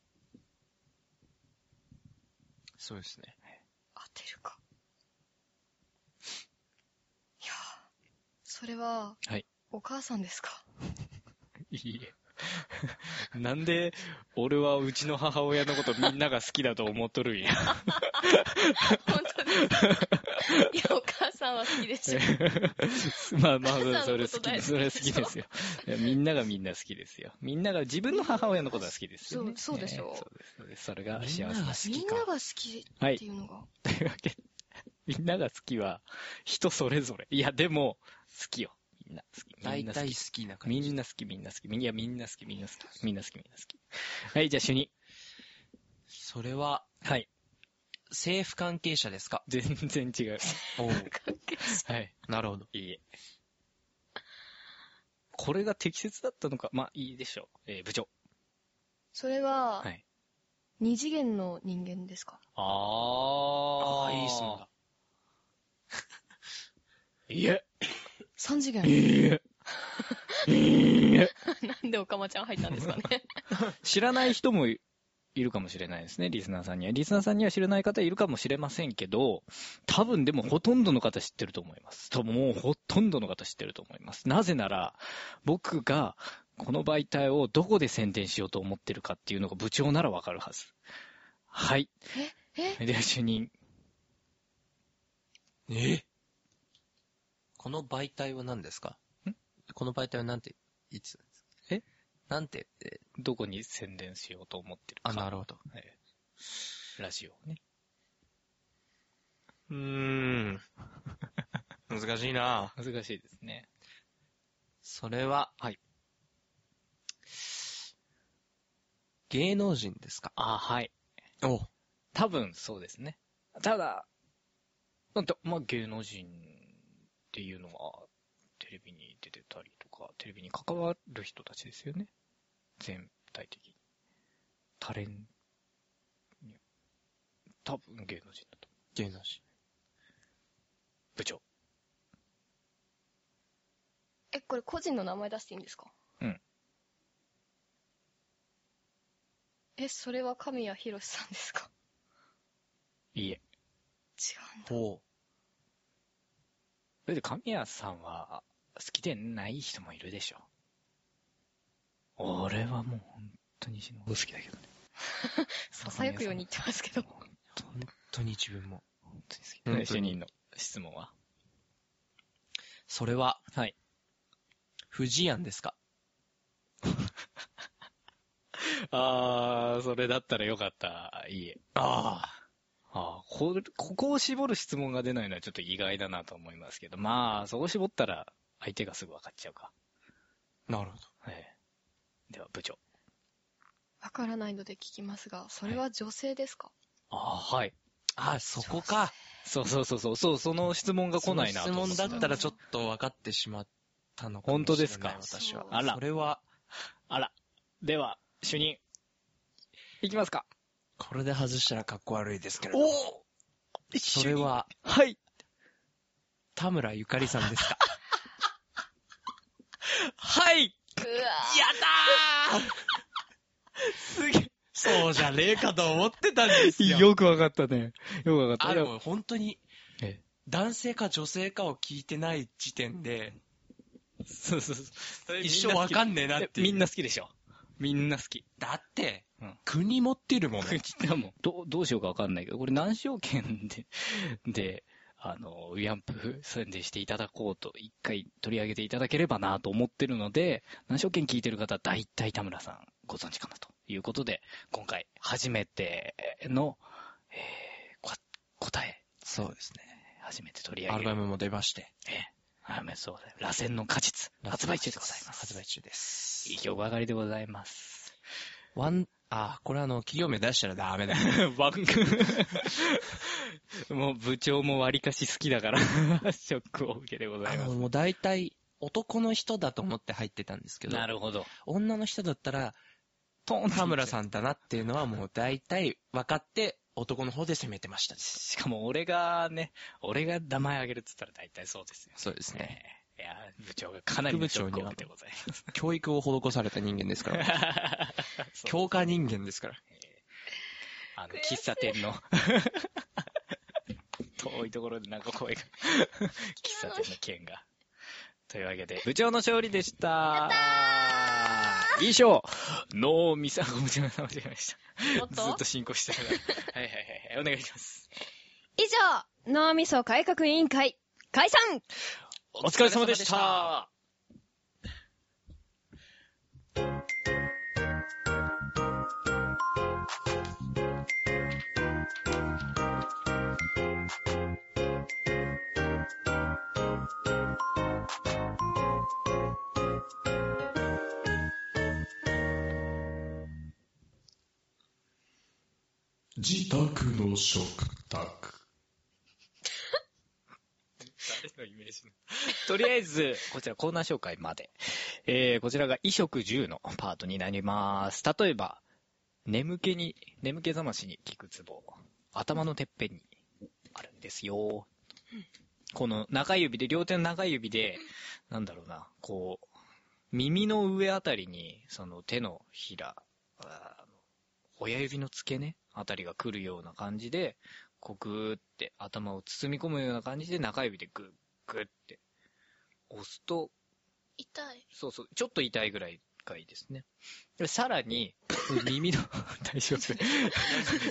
S3: そうですね。
S2: 当てるか。いやーそれは、
S1: はい
S2: お母さんで すか
S1: いいえ。 なんで、俺はうちの母親のことみんなが好きだと思っとる んや。
S2: 本当です いや、お母さんは好きでしょ。
S1: まあま
S2: お母
S1: あ、
S2: さ
S1: そ
S2: んの
S1: れ
S2: こ
S1: 好
S2: と
S1: きで
S2: 大好きでしょ
S1: す。それ好きですよ。いやみんながみんな好きですよ。みんなが自分の母親のことが好きですよね、
S2: そうそうでしょう
S1: ねそうです、そうです。それが幸せ
S3: みんなが
S1: です
S3: 好
S2: み
S3: き
S2: ん
S3: か
S2: な。が好きっていうのが。
S1: というわけで。みんなが好きは、人それぞれ。いや、でも、好きよ。みんな好き。み
S3: 大
S1: んな好
S3: 体好
S1: き。
S3: きな感じ。
S1: みんな好き、みんな好き。みんいや、みんな好き、みんな好き。みんな好き、みんな好き。はい、じゃあ主任。
S3: それは、
S1: はい。
S3: 政府関係者ですか
S1: 全然違う。
S3: おお。
S2: 関係者
S1: はい。
S3: なるほど。
S1: いいえ。これが適切だったのか。まあ、いいでしょう。えー部長。
S2: それは、
S1: はい
S2: 二次元の人間ですか
S1: あ
S3: ああ、いい質 問だ。
S1: いいえ。
S2: 三次
S1: い
S2: 元。
S1: いえ。いいえ。
S2: なんでオカマちゃん入ったんで すかね。
S1: 知らない人もいるかもしれないですね、リスナーさんには。リスナーさんには知らない方いるかもしれませんけど、多分でもほとんどの方知ってると思います。ともうほとんどの方知ってると思います。なぜなら、僕がこの媒体をどこで宣伝しようと思ってるかっていうのが部長ならわかるはず。はい。
S2: え
S1: では主任。
S3: えこの媒体は何ですか
S1: ん
S3: この媒体はなんて、いつ
S1: え
S3: なんて、え
S1: どこに宣伝しようと思ってるか。
S3: あ、なるほど。
S1: はいラジオをね。
S3: うーん。難しいな
S1: 難しいですね。
S3: それは、
S1: はい。
S3: 芸能人ですか
S1: あ、はい。
S3: お
S1: 多分そうですね。ただ、なんと、まあ、芸能人っていうのは、テレビに出てたりとか、テレビに関わる人たちですよね。全体的に。タレン、多分芸能人だと。
S3: 芸能人。
S1: 部長。
S2: え、これ個人の名前出していいんですか
S1: うん。
S2: え、それは神谷博さんですか
S1: いいえ。
S2: 違うんだ。
S3: ほ
S1: それで神谷さんは、好きでない人もいるでしょ。俺はもう本当に死ぬほど好きだけ どね。
S2: 囁くように言ってますけど。
S3: う。本当に自分も。
S1: 本当に好き。
S3: 本当に
S1: 主任の質問は
S3: それは、
S1: はい。
S3: 不二庵ですか
S1: あー、それだったらよかった。いいえ。
S3: ああ。
S1: あーこここを絞る質問が出ないのはちょっと意外だなと思いますけど、まあ、そこ絞ったら相手がすぐ分かっちゃうか。
S3: なるほど。
S1: ええでは、部長。
S2: わからないので聞きますが、それは女性ですか、
S1: あーはい。
S3: ああ、そこか。
S1: そうそうそうそう、そう、その質問が来ないなと
S3: そ
S1: 思
S3: の
S1: っ
S3: 質
S1: た
S3: 問だったらちょっと分かってしまったのかもしれ
S1: 本
S3: ない。
S1: 当ですか
S3: 私は。
S1: あら
S3: それは、
S1: あら。では、主任。いきますか。
S3: これで外したらかっこ悪いですけれども。
S1: お
S3: それ。は、
S1: はい。
S3: 田村ゆかりさんですか
S1: はいやだー すげ
S3: そうじゃねえかと思ってたんです
S1: え。よくわかったね。よくわか
S3: あ、
S1: っ
S3: で
S1: た。
S3: も本当に
S1: ええ、
S3: 男性か女性かを聞いてない時点で、
S1: そうそうそう。それ
S3: 一生わか
S1: み
S3: んねえな
S1: な
S3: っ
S1: 好き
S3: ていう。
S1: みんな好きでしょ。みんな好 き。
S3: だって
S1: うん、
S3: 国持ってるもの。
S1: でもどう、どうしようかわかんないけど、これ何証券で、 で、あの、ウヤンプ宣伝していただこうと、一回取り上げていただければなと思ってるので、何証券聞いてる方、大体田村さんご存知かなということで、今回初めての、えーこ答え、
S3: そうですね。
S1: 初めて取り上
S3: ア
S1: げ
S3: ル
S1: る。
S3: バムも出まして。
S1: ええアルバムそうだよ。螺旋の果実、発売中でございます。
S3: 発売中です。
S1: いい曲ばかりでございます。
S3: ワン、あ、これあの、企業名出したらダメ だ。
S1: バンク。もう部長も割かし好きだから、 ショックを受けでござ
S3: あ
S1: いま
S3: の、
S1: す。
S3: もう大体、男の人だと思って入ってたんですけど、
S1: なるほど。
S3: 女の人だったら、
S1: トン
S3: 田村
S1: ん。
S3: さんだなっていうのはもう大体分かって、男の方で攻めてました。
S1: しかも俺がね、俺が名前あげるっつったら大体そうですよ。
S3: そうですね。
S1: ええいや、部長がかなりのショックを受けてございます。
S3: 教育を施された人間です から。
S1: そう
S3: 教科人間ですから。
S1: あの、喫茶店の。 遠いところでなんか声 が。喫茶店の件が。というわけで、部長の勝利でした。やったー以上、脳みそ、あごめんなさい、間違えました。
S2: もっ
S1: ずっと進行してたから。はいはいはいはい、お願いします。
S2: 以上、脳みそ改革委員会、解散
S1: お疲れ様でした。
S5: 自宅の食卓。
S1: 誰のイメージとりあえず、こちらコーナー紹介まで。えー、こちらが衣食住のパートになります。例えば、眠気に、眠気覚ましに効くツボ。頭のてっぺんにあるんですよ。この中指で、両手の中指で、なんだろうな、こう、耳の上あたりに、その手のひら、あー親指の付け根あたりが来るような感じで、こうぐーって頭を包み込むような感じで中指でグッグッって押すと、
S2: 痛い。
S1: そうそう、ちょっと痛いぐらいがいいですね。でさらに、耳の、 大丈夫。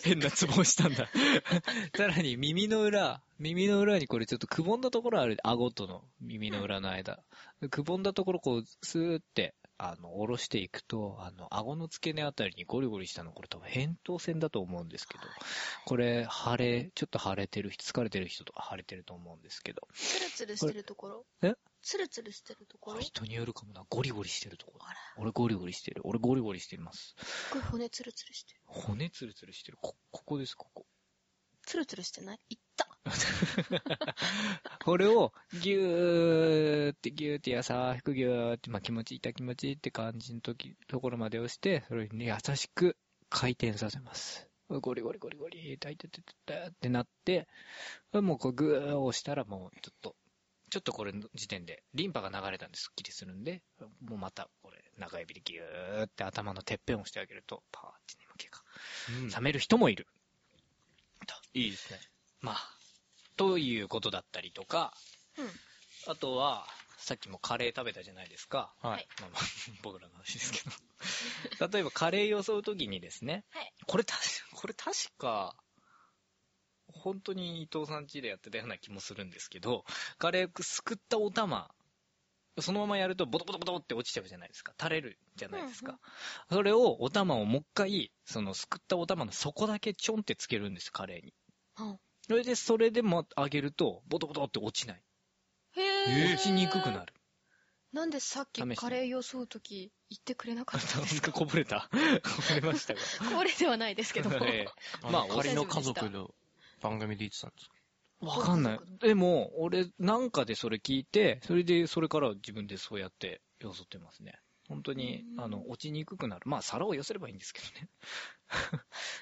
S1: 変なツボをしたんだ。 さらに耳の裏、耳の裏にこれちょっとくぼんだところある、顎との耳の裏の間。くぼんだところこう、スーって、あの、下ろしていくと、あの、顎の付け根あたりにゴリゴリしたの、これ多分扁桃腺だと思うんですけど、これ、腫れ、ちょっと腫れてる人、疲れてる人とか腫れてると思うんですけど、
S6: ツルツルしてるところ
S1: え
S6: ツルツルしてるとこ
S1: こ
S6: ろ
S1: れ
S6: すっ
S1: 人によるかもな、ゴリゴリしてるとこ
S6: あら
S1: 俺ゴリゴリしてる。俺ゴリゴリしてます。
S6: ごい骨ツルツルしてる。
S1: 骨ツルツルしてる。こ、ここです、ここ。
S6: ツルツルしてないいった。
S1: これを、ギューって、ギューって、優しくギューって、まあ気持ちいい、痛い気持ちいいって感じの時、ところまで押して、それにね優しく回転させます。ゴリゴリゴリゴリ、痛い痛い痛い痛いってなって、もうこうグー押したらもうちょっと、ちょっとこれの時点で、リンパが流れたんですっきりするんで、もうまたこれ、中指でギューって頭のてっぺんを押してあげると、パーって眠気が冷める人もいる。
S3: いいですね。
S1: まあ、ということだったりとか、
S6: うん
S1: あとは、さっきもカレー食べたじゃないですか。
S3: はい。
S1: まあ まあ僕らの話ですけ ど。例えばカレーを装うときにですね、
S6: はい
S1: これ確か、これ確か、本当に伊藤さん家でやってたような気もするんですけど、軽くすくったお玉、そのままやるとボトボトボトって落ちちゃうじゃないですか。垂れるじゃないですか。それをお玉をもう一回、そのすくったお玉の底だけちょんってつけるんですよ、カレーに。
S6: うん
S1: それで、それでも上げると、ボトボトって落ちない。
S6: へえ。
S1: 落ちにくくなる。
S6: なんでさっき
S3: 試して
S6: カレーよそうとき言ってくれなか ったんですか
S1: こぼれたこぼれましたが。
S6: これではないですけども。
S1: えま
S3: ま
S1: あ
S3: あ、
S6: 俺
S3: 仮の家族の番組で言ってたんですか
S1: えわかんない。でも、俺、なんかでそれ聞いて、それで、それから自分でそうやって、よそってますね。本当に、
S6: うん
S1: あの、落ちにくくなる。まあ、皿をよせればいいんですけどね。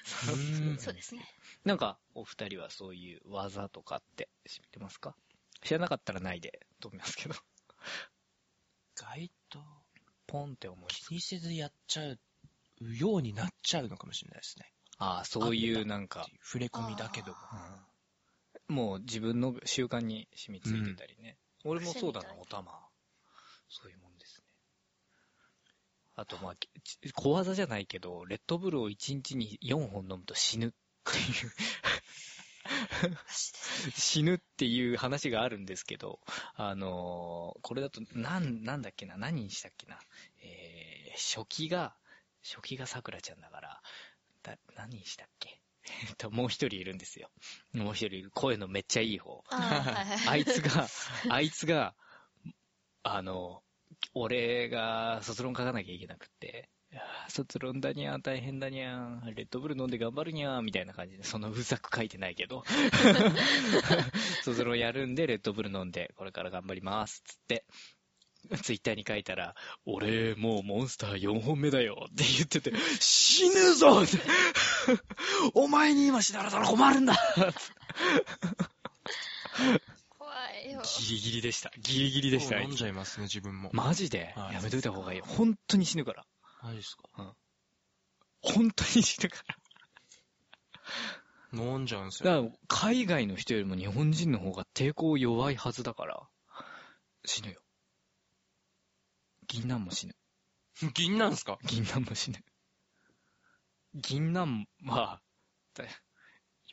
S1: 皿を寄せれば
S3: うん
S6: そうですね。
S1: なんか、お二人はそういう技とかって知ってますか知らなかったらないで、と思いますけど。
S3: 意外と、
S1: ポンって思いつく。
S3: 気にせずやっちゃうようになっちゃうのかもしれないですね。
S1: ああ、そういうなんか
S3: って、いう触れ込みだけども。
S1: うんもう自分の習慣に染みついてたりね。俺もそうだな
S6: 癖みたい、な
S1: お玉。そういうもんですね。あと、まあ、きち小技じゃないけど、レッドブルを1日に4本飲むと死ぬ っていう。死ぬっていう話があるんですけど、あのーこれだと、なん、なんだっけな、何にしたっけな。えー、初期が、初期が桜ちゃんだから、だ、何にしたっけ。えっと、もう一人いるんですよ。もう一人いる、声のめっちゃいい方。
S6: ああ、はいはい。
S1: あいつが、あいつが、あの、俺が卒論書かなきゃいけなくって、いやー卒論だにゃー、大変だにゃー、レッドブル飲んで頑張るにゃー、みたいな感じで、そのうざく書いてないけど、 卒論やるんで、レッドブル飲んで、これから頑張ります、つって、ツイッターに書いたら、俺、もうモンスター4本目だよ、って言ってて、死ぬぞ ってお前に今死なれたら困るんだ
S6: 怖いよ。
S1: ギリギリでした。ギリギリでした。
S3: 飲んじゃいますね、自分も。
S1: マジで、
S3: はい
S1: やめといた方がいい。本当に死ぬから。
S3: マジですか
S1: 本当に死ぬから。
S3: 飲んじゃうんですよ。
S1: だから、海外の人よりも日本人の方が抵抗弱いはずだから、死ぬよ。銀杏も死ぬ。
S3: 銀なんすか
S1: 銀杏も死ぬ。銀杏は、だ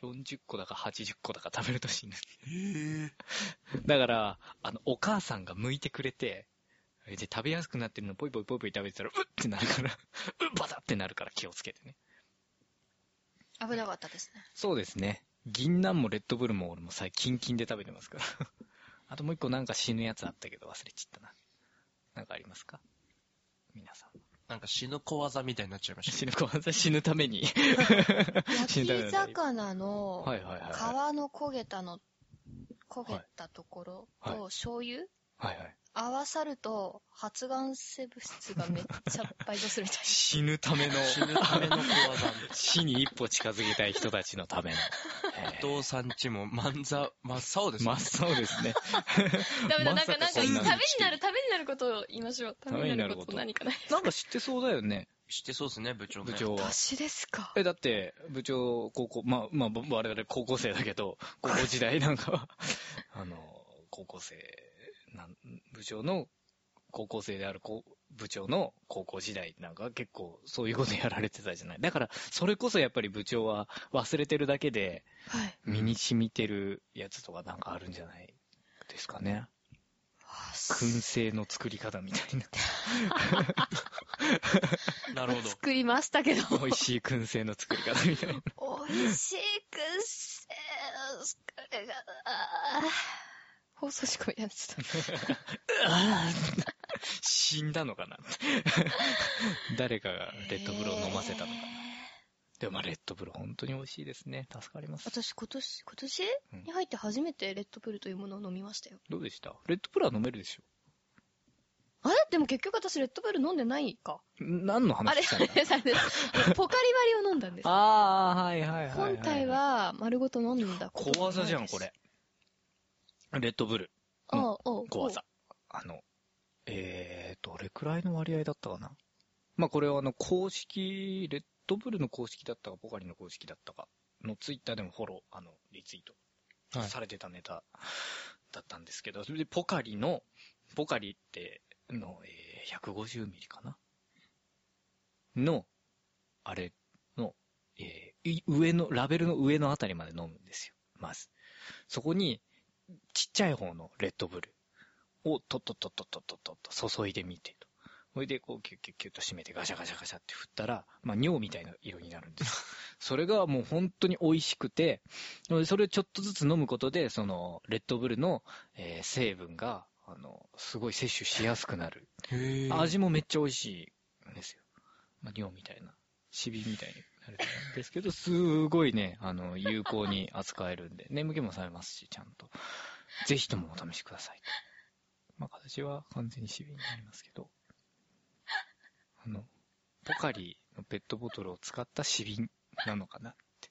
S1: 40個だか80個だか食べると死ぬ。だから、あの、お母さんが剥いてくれて、で、食べやすくなってるのポイポイポイポイ食べてたら、うっってなるから、うっバタってなるから気をつけてね。
S6: 危なかったですね。
S1: そうですね。銀杏もレッドブルも俺も最近キンキンで食べてますから。 あともう一個なんか死ぬやつあったけど忘れちったな。なんかありますか皆さん。
S3: なんか死ぬ小技みたいになっちゃいました
S1: 死。ぬ、ごめんなさい死ぬために。 死
S6: 焼
S1: ぬため
S6: き
S1: に。は
S6: 魚の
S1: いはいはい。
S6: 皮
S1: はい
S6: の焦げたの、焦げたところ
S1: はい
S6: と醤油
S1: はい。
S6: 合わさると発がん性物質がめっちゃ倍増するみたいな。
S1: 死ぬための、
S3: 死ぬための小技。
S1: 死に一歩近づきたい人たちのため の。え
S3: 伊藤さんちも漫才、真っ青で
S1: ー
S3: すね
S1: 真。っ青ですね。
S2: ダメ
S1: ま
S2: だ、なん
S1: さか
S2: か、なんか、
S1: そ
S2: ため
S1: ん
S2: に
S1: なの
S2: なる、ためになることを言いましょう。ためになること何かない。
S1: なんか知ってそうだよね、
S3: 知ってそうですね、部長ね
S1: 部長は。
S6: 年ですか。
S1: え、だって、部長、高校、まあ、まあ、ぼ我々高校生だけど、高校時代なんかは、 あの、高校生、なん部長の、高校生であるこう部長の高校時代なんかは結構そういうことやられてたじゃない。だから、それこそやっぱり部長は忘れてるだけで、
S6: はい。
S1: 身に染みてるやつとかなんかあるんじゃないですかね。燻製の作り方みたいな。
S3: なるほど。
S2: 作りましたけど。
S1: 美味しい燻製の作り方みたいな。
S6: 美味しくせーすこれが、あー
S2: 放送事故になっちゃっ
S1: 死んだのかな 誰かがレッドブルを飲ませたのかな、でもまあレッドブル本当に美味しいですね。助かります。
S6: 私今年、今年
S1: うん
S6: に入って初めてレッドブルというものを飲みましたよ。
S1: どうでしたレッドブルは飲めるでしょ
S6: あれでも結局私レッドブル飲んでないか。
S1: 何の
S6: あれ、
S1: 話した
S6: あ
S1: んだ
S6: れですあれですあのポカリ割りを飲んだんです。
S1: あー、はいはいはいはい、
S6: 本体は丸ごと飲んだこと
S1: 小
S6: がないです
S1: 技じゃん、これ。。レッドブル、
S6: あおう
S1: 小技。あの、えー、どれくらいの割合だったかなまあこれはあの、公式、レッドブルの公式だったか、ポカリの公式だったかのツイッターでもフォロー、あの、リツイート
S3: はい
S1: されてたネタだったんですけど、それでポカリの、ポカリっての、えー150ミリかなの、あれの、えーい上の、ラベルの上のあたりまで飲むんですよ。まず。そこに、ちっちゃい方のレッドブルをトットットットットットッと注いでみてと。それでこうキュッキュッキュッと締めてガシャガシャガシャって振ったら、まあ尿みたいな色になるんですよ。それがもう本当に美味しくて、それをちょっとずつ飲むことで、そのレッドブルの、えー成分が、あの、すごい摂取しやすくなる。
S3: へー
S1: 味もめっちゃ美味しいんですよ。まあ、量みたいな、シビみたいになるんですけど、すごいね、あの、有効に扱えるんで、眠気も覚めますし、ちゃんと。ぜひともお試しください。まあ、形は完全にシビになりますけど、あの、ポカリのペットボトルを使ったシビなのかなって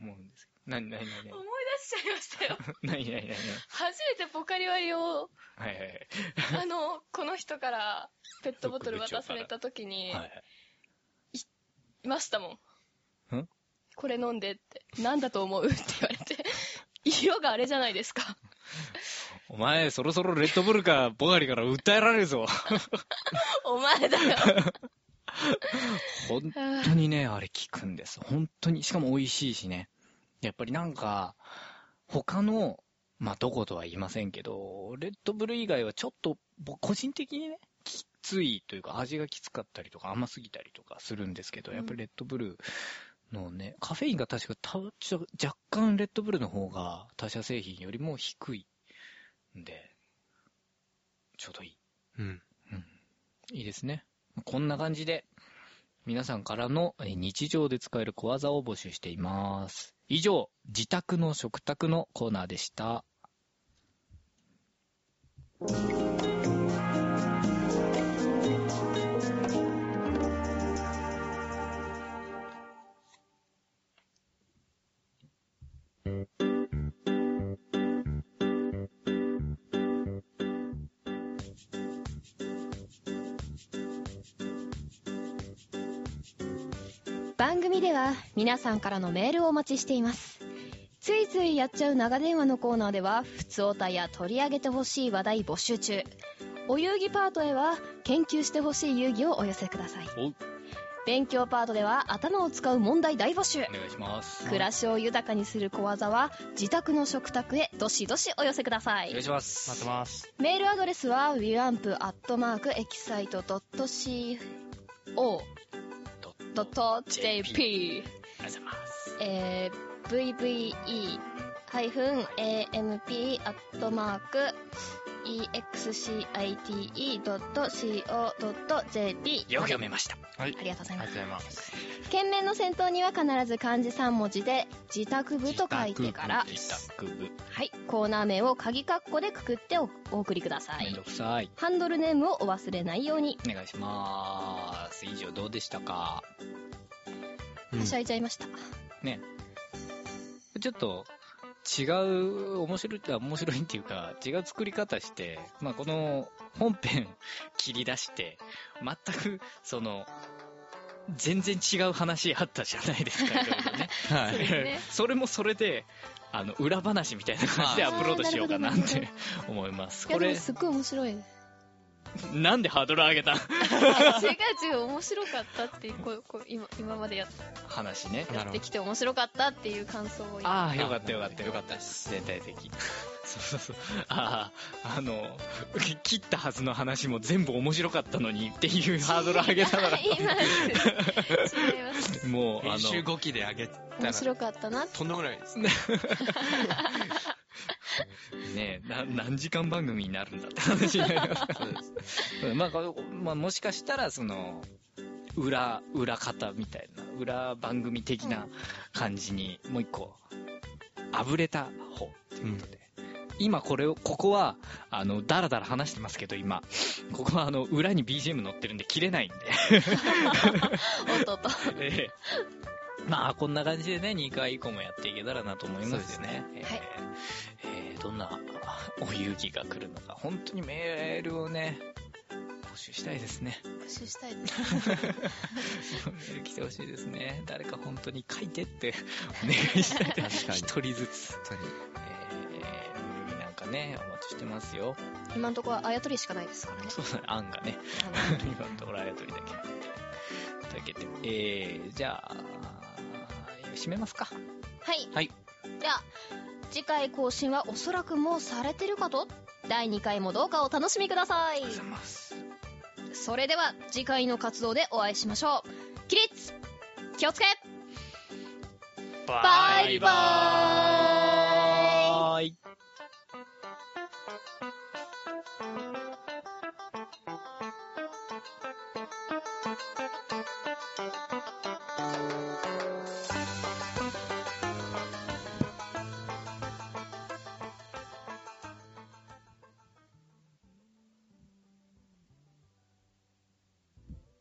S1: 思うんですけど。なになになに
S2: 思い出しちゃいましたよ。
S1: なになになに
S2: 初めてポカリ割りを、
S1: はいはいはい
S2: あの、この人からペットボトル渡された時に、
S1: はいはい。
S2: いましたもん。
S1: ん
S2: これ飲んでって、なんだと思うって言われて、 色があれじゃないですか。
S1: お前、そろそろレッドブルか、ポカリから訴えられる ぞ。
S2: お前 だよ。
S1: 本当にね、あれ効くんです。本当に。しかも美味しいしね。やっぱりなんか、他の、まあ、どことは言いませんけど、レッドブル以外はちょっと、僕個人的にね、きついというか、味がきつかったりとか、甘すぎたりとかするんですけど、
S2: うん
S1: やっぱりレッドブルのね、カフェインが確かたちょ若干レッドブルの方が他社製品よりも低いんで、ちょうどいい。
S3: うん。
S1: いいですね。こんな感じで、皆さんからのえー日常で使える小技を募集しています。以上、自宅の食卓のコーナーでした。
S2: 番組では皆さんからのメールをお待ちしていますついついやっちゃう長電話のコーナーでは普通おたや取り上げてほしい話題募集中お遊戯パートへは研究してほしい遊戯をお寄せください
S1: お
S2: 勉強パートでは頭を使う問題大募集
S1: お願いします。
S2: 暮らしを豊かにする小技は自宅の食卓へどしどしお寄せくださ
S1: お願い
S2: い
S1: します。
S3: 待ってます。
S2: メールアドレスは wamp.excite.co.jp
S1: ドッ
S2: .jp
S1: ありがとうございます。
S2: えー、vve-amp.excite.co.jp
S1: よく読めました。
S3: はい
S2: あ。りがとうござ
S3: あ
S2: い
S3: りが
S2: ま
S3: とう
S2: す
S3: ございます。
S2: 件名の先頭には必ず漢字3文字で「自宅部」と書いてから、
S1: 自宅部。
S2: はい、コーナー名を鍵括弧でくくっておお送りくださ
S1: めん
S2: い
S1: どくさい。
S2: ハンドルネームをお忘れないように
S1: お願いします。以上、どうでしたか
S3: うん
S2: はしゃいちゃいました、
S1: ちょっと、違う、面白い、あ面白いっていうか、違う作り方して、まあ、この本編切り出して、全く、その、全然違う話あったじゃないです か、いろいろね。
S3: は
S2: そう
S3: い。
S2: ですね
S1: それもそれで、あの、裏話みたいな感じでアップロードしようかなっ
S2: あーな
S1: て
S2: る
S1: 思います。
S2: いや
S1: こ
S2: でも
S1: れ、
S2: すっごい面白い 違う
S1: なんでハードル上げた
S2: 違う面白かったっていうこうこう今今までやっ
S1: 話ね。
S3: な
S2: や
S3: る
S2: っ
S3: ほ
S2: てきて面白かったっていう感想を今
S1: ああ、よかったよかったよかったです。全体的。そうそうそう。ああ、あの、き切ったはずの話も全部面白かったのにっていうハードル上げながら、
S2: 今です違 います
S1: もう、あ
S3: ど。週
S1: の、
S3: 5期で上げたら
S2: 面、白かったなって
S3: とんでもないです。
S1: ねな何時間番組になるんだって話にな ります
S3: そうです。
S1: うんまあ、こうまあ、もしかしたら、その、裏、裏方みたいな、裏番組的な感じに、もう一個、あぶれた方ということで。今これを、ここは、あの、だらだら話してますけど、今。ここは、あの、裏に BGM 乗ってるんで、切れないんで。
S2: 音 と
S1: ええまあ、こんな感じでね、2回以降もやっていけたらなと思いますよね。え
S2: はい
S1: えええどんなあお勇気が来るのか、本当にメールをね、募集したいですね。
S2: 復習したいです
S1: メール来てほしいですね。誰か本当に書いてってお願いしたいで
S3: 確
S1: す。
S3: かに
S1: 一人ずつ。え
S3: 本
S1: ー、お耳なんかね、お待ちしてますよ。
S2: 今のところはあやとりしかないですからね
S1: そうだね、案がね。
S2: あ
S1: 今のところあやとりだけ。だけで。えー、じゃあ、締めますか。
S2: のはい
S1: はい。
S2: では次回更新はおそらくもうされてるかと第2回もどうかお楽しみください
S3: ありがとうございます。
S2: それでは次回の活動でお会いしましょう起立気をつけバイバ
S1: ーイ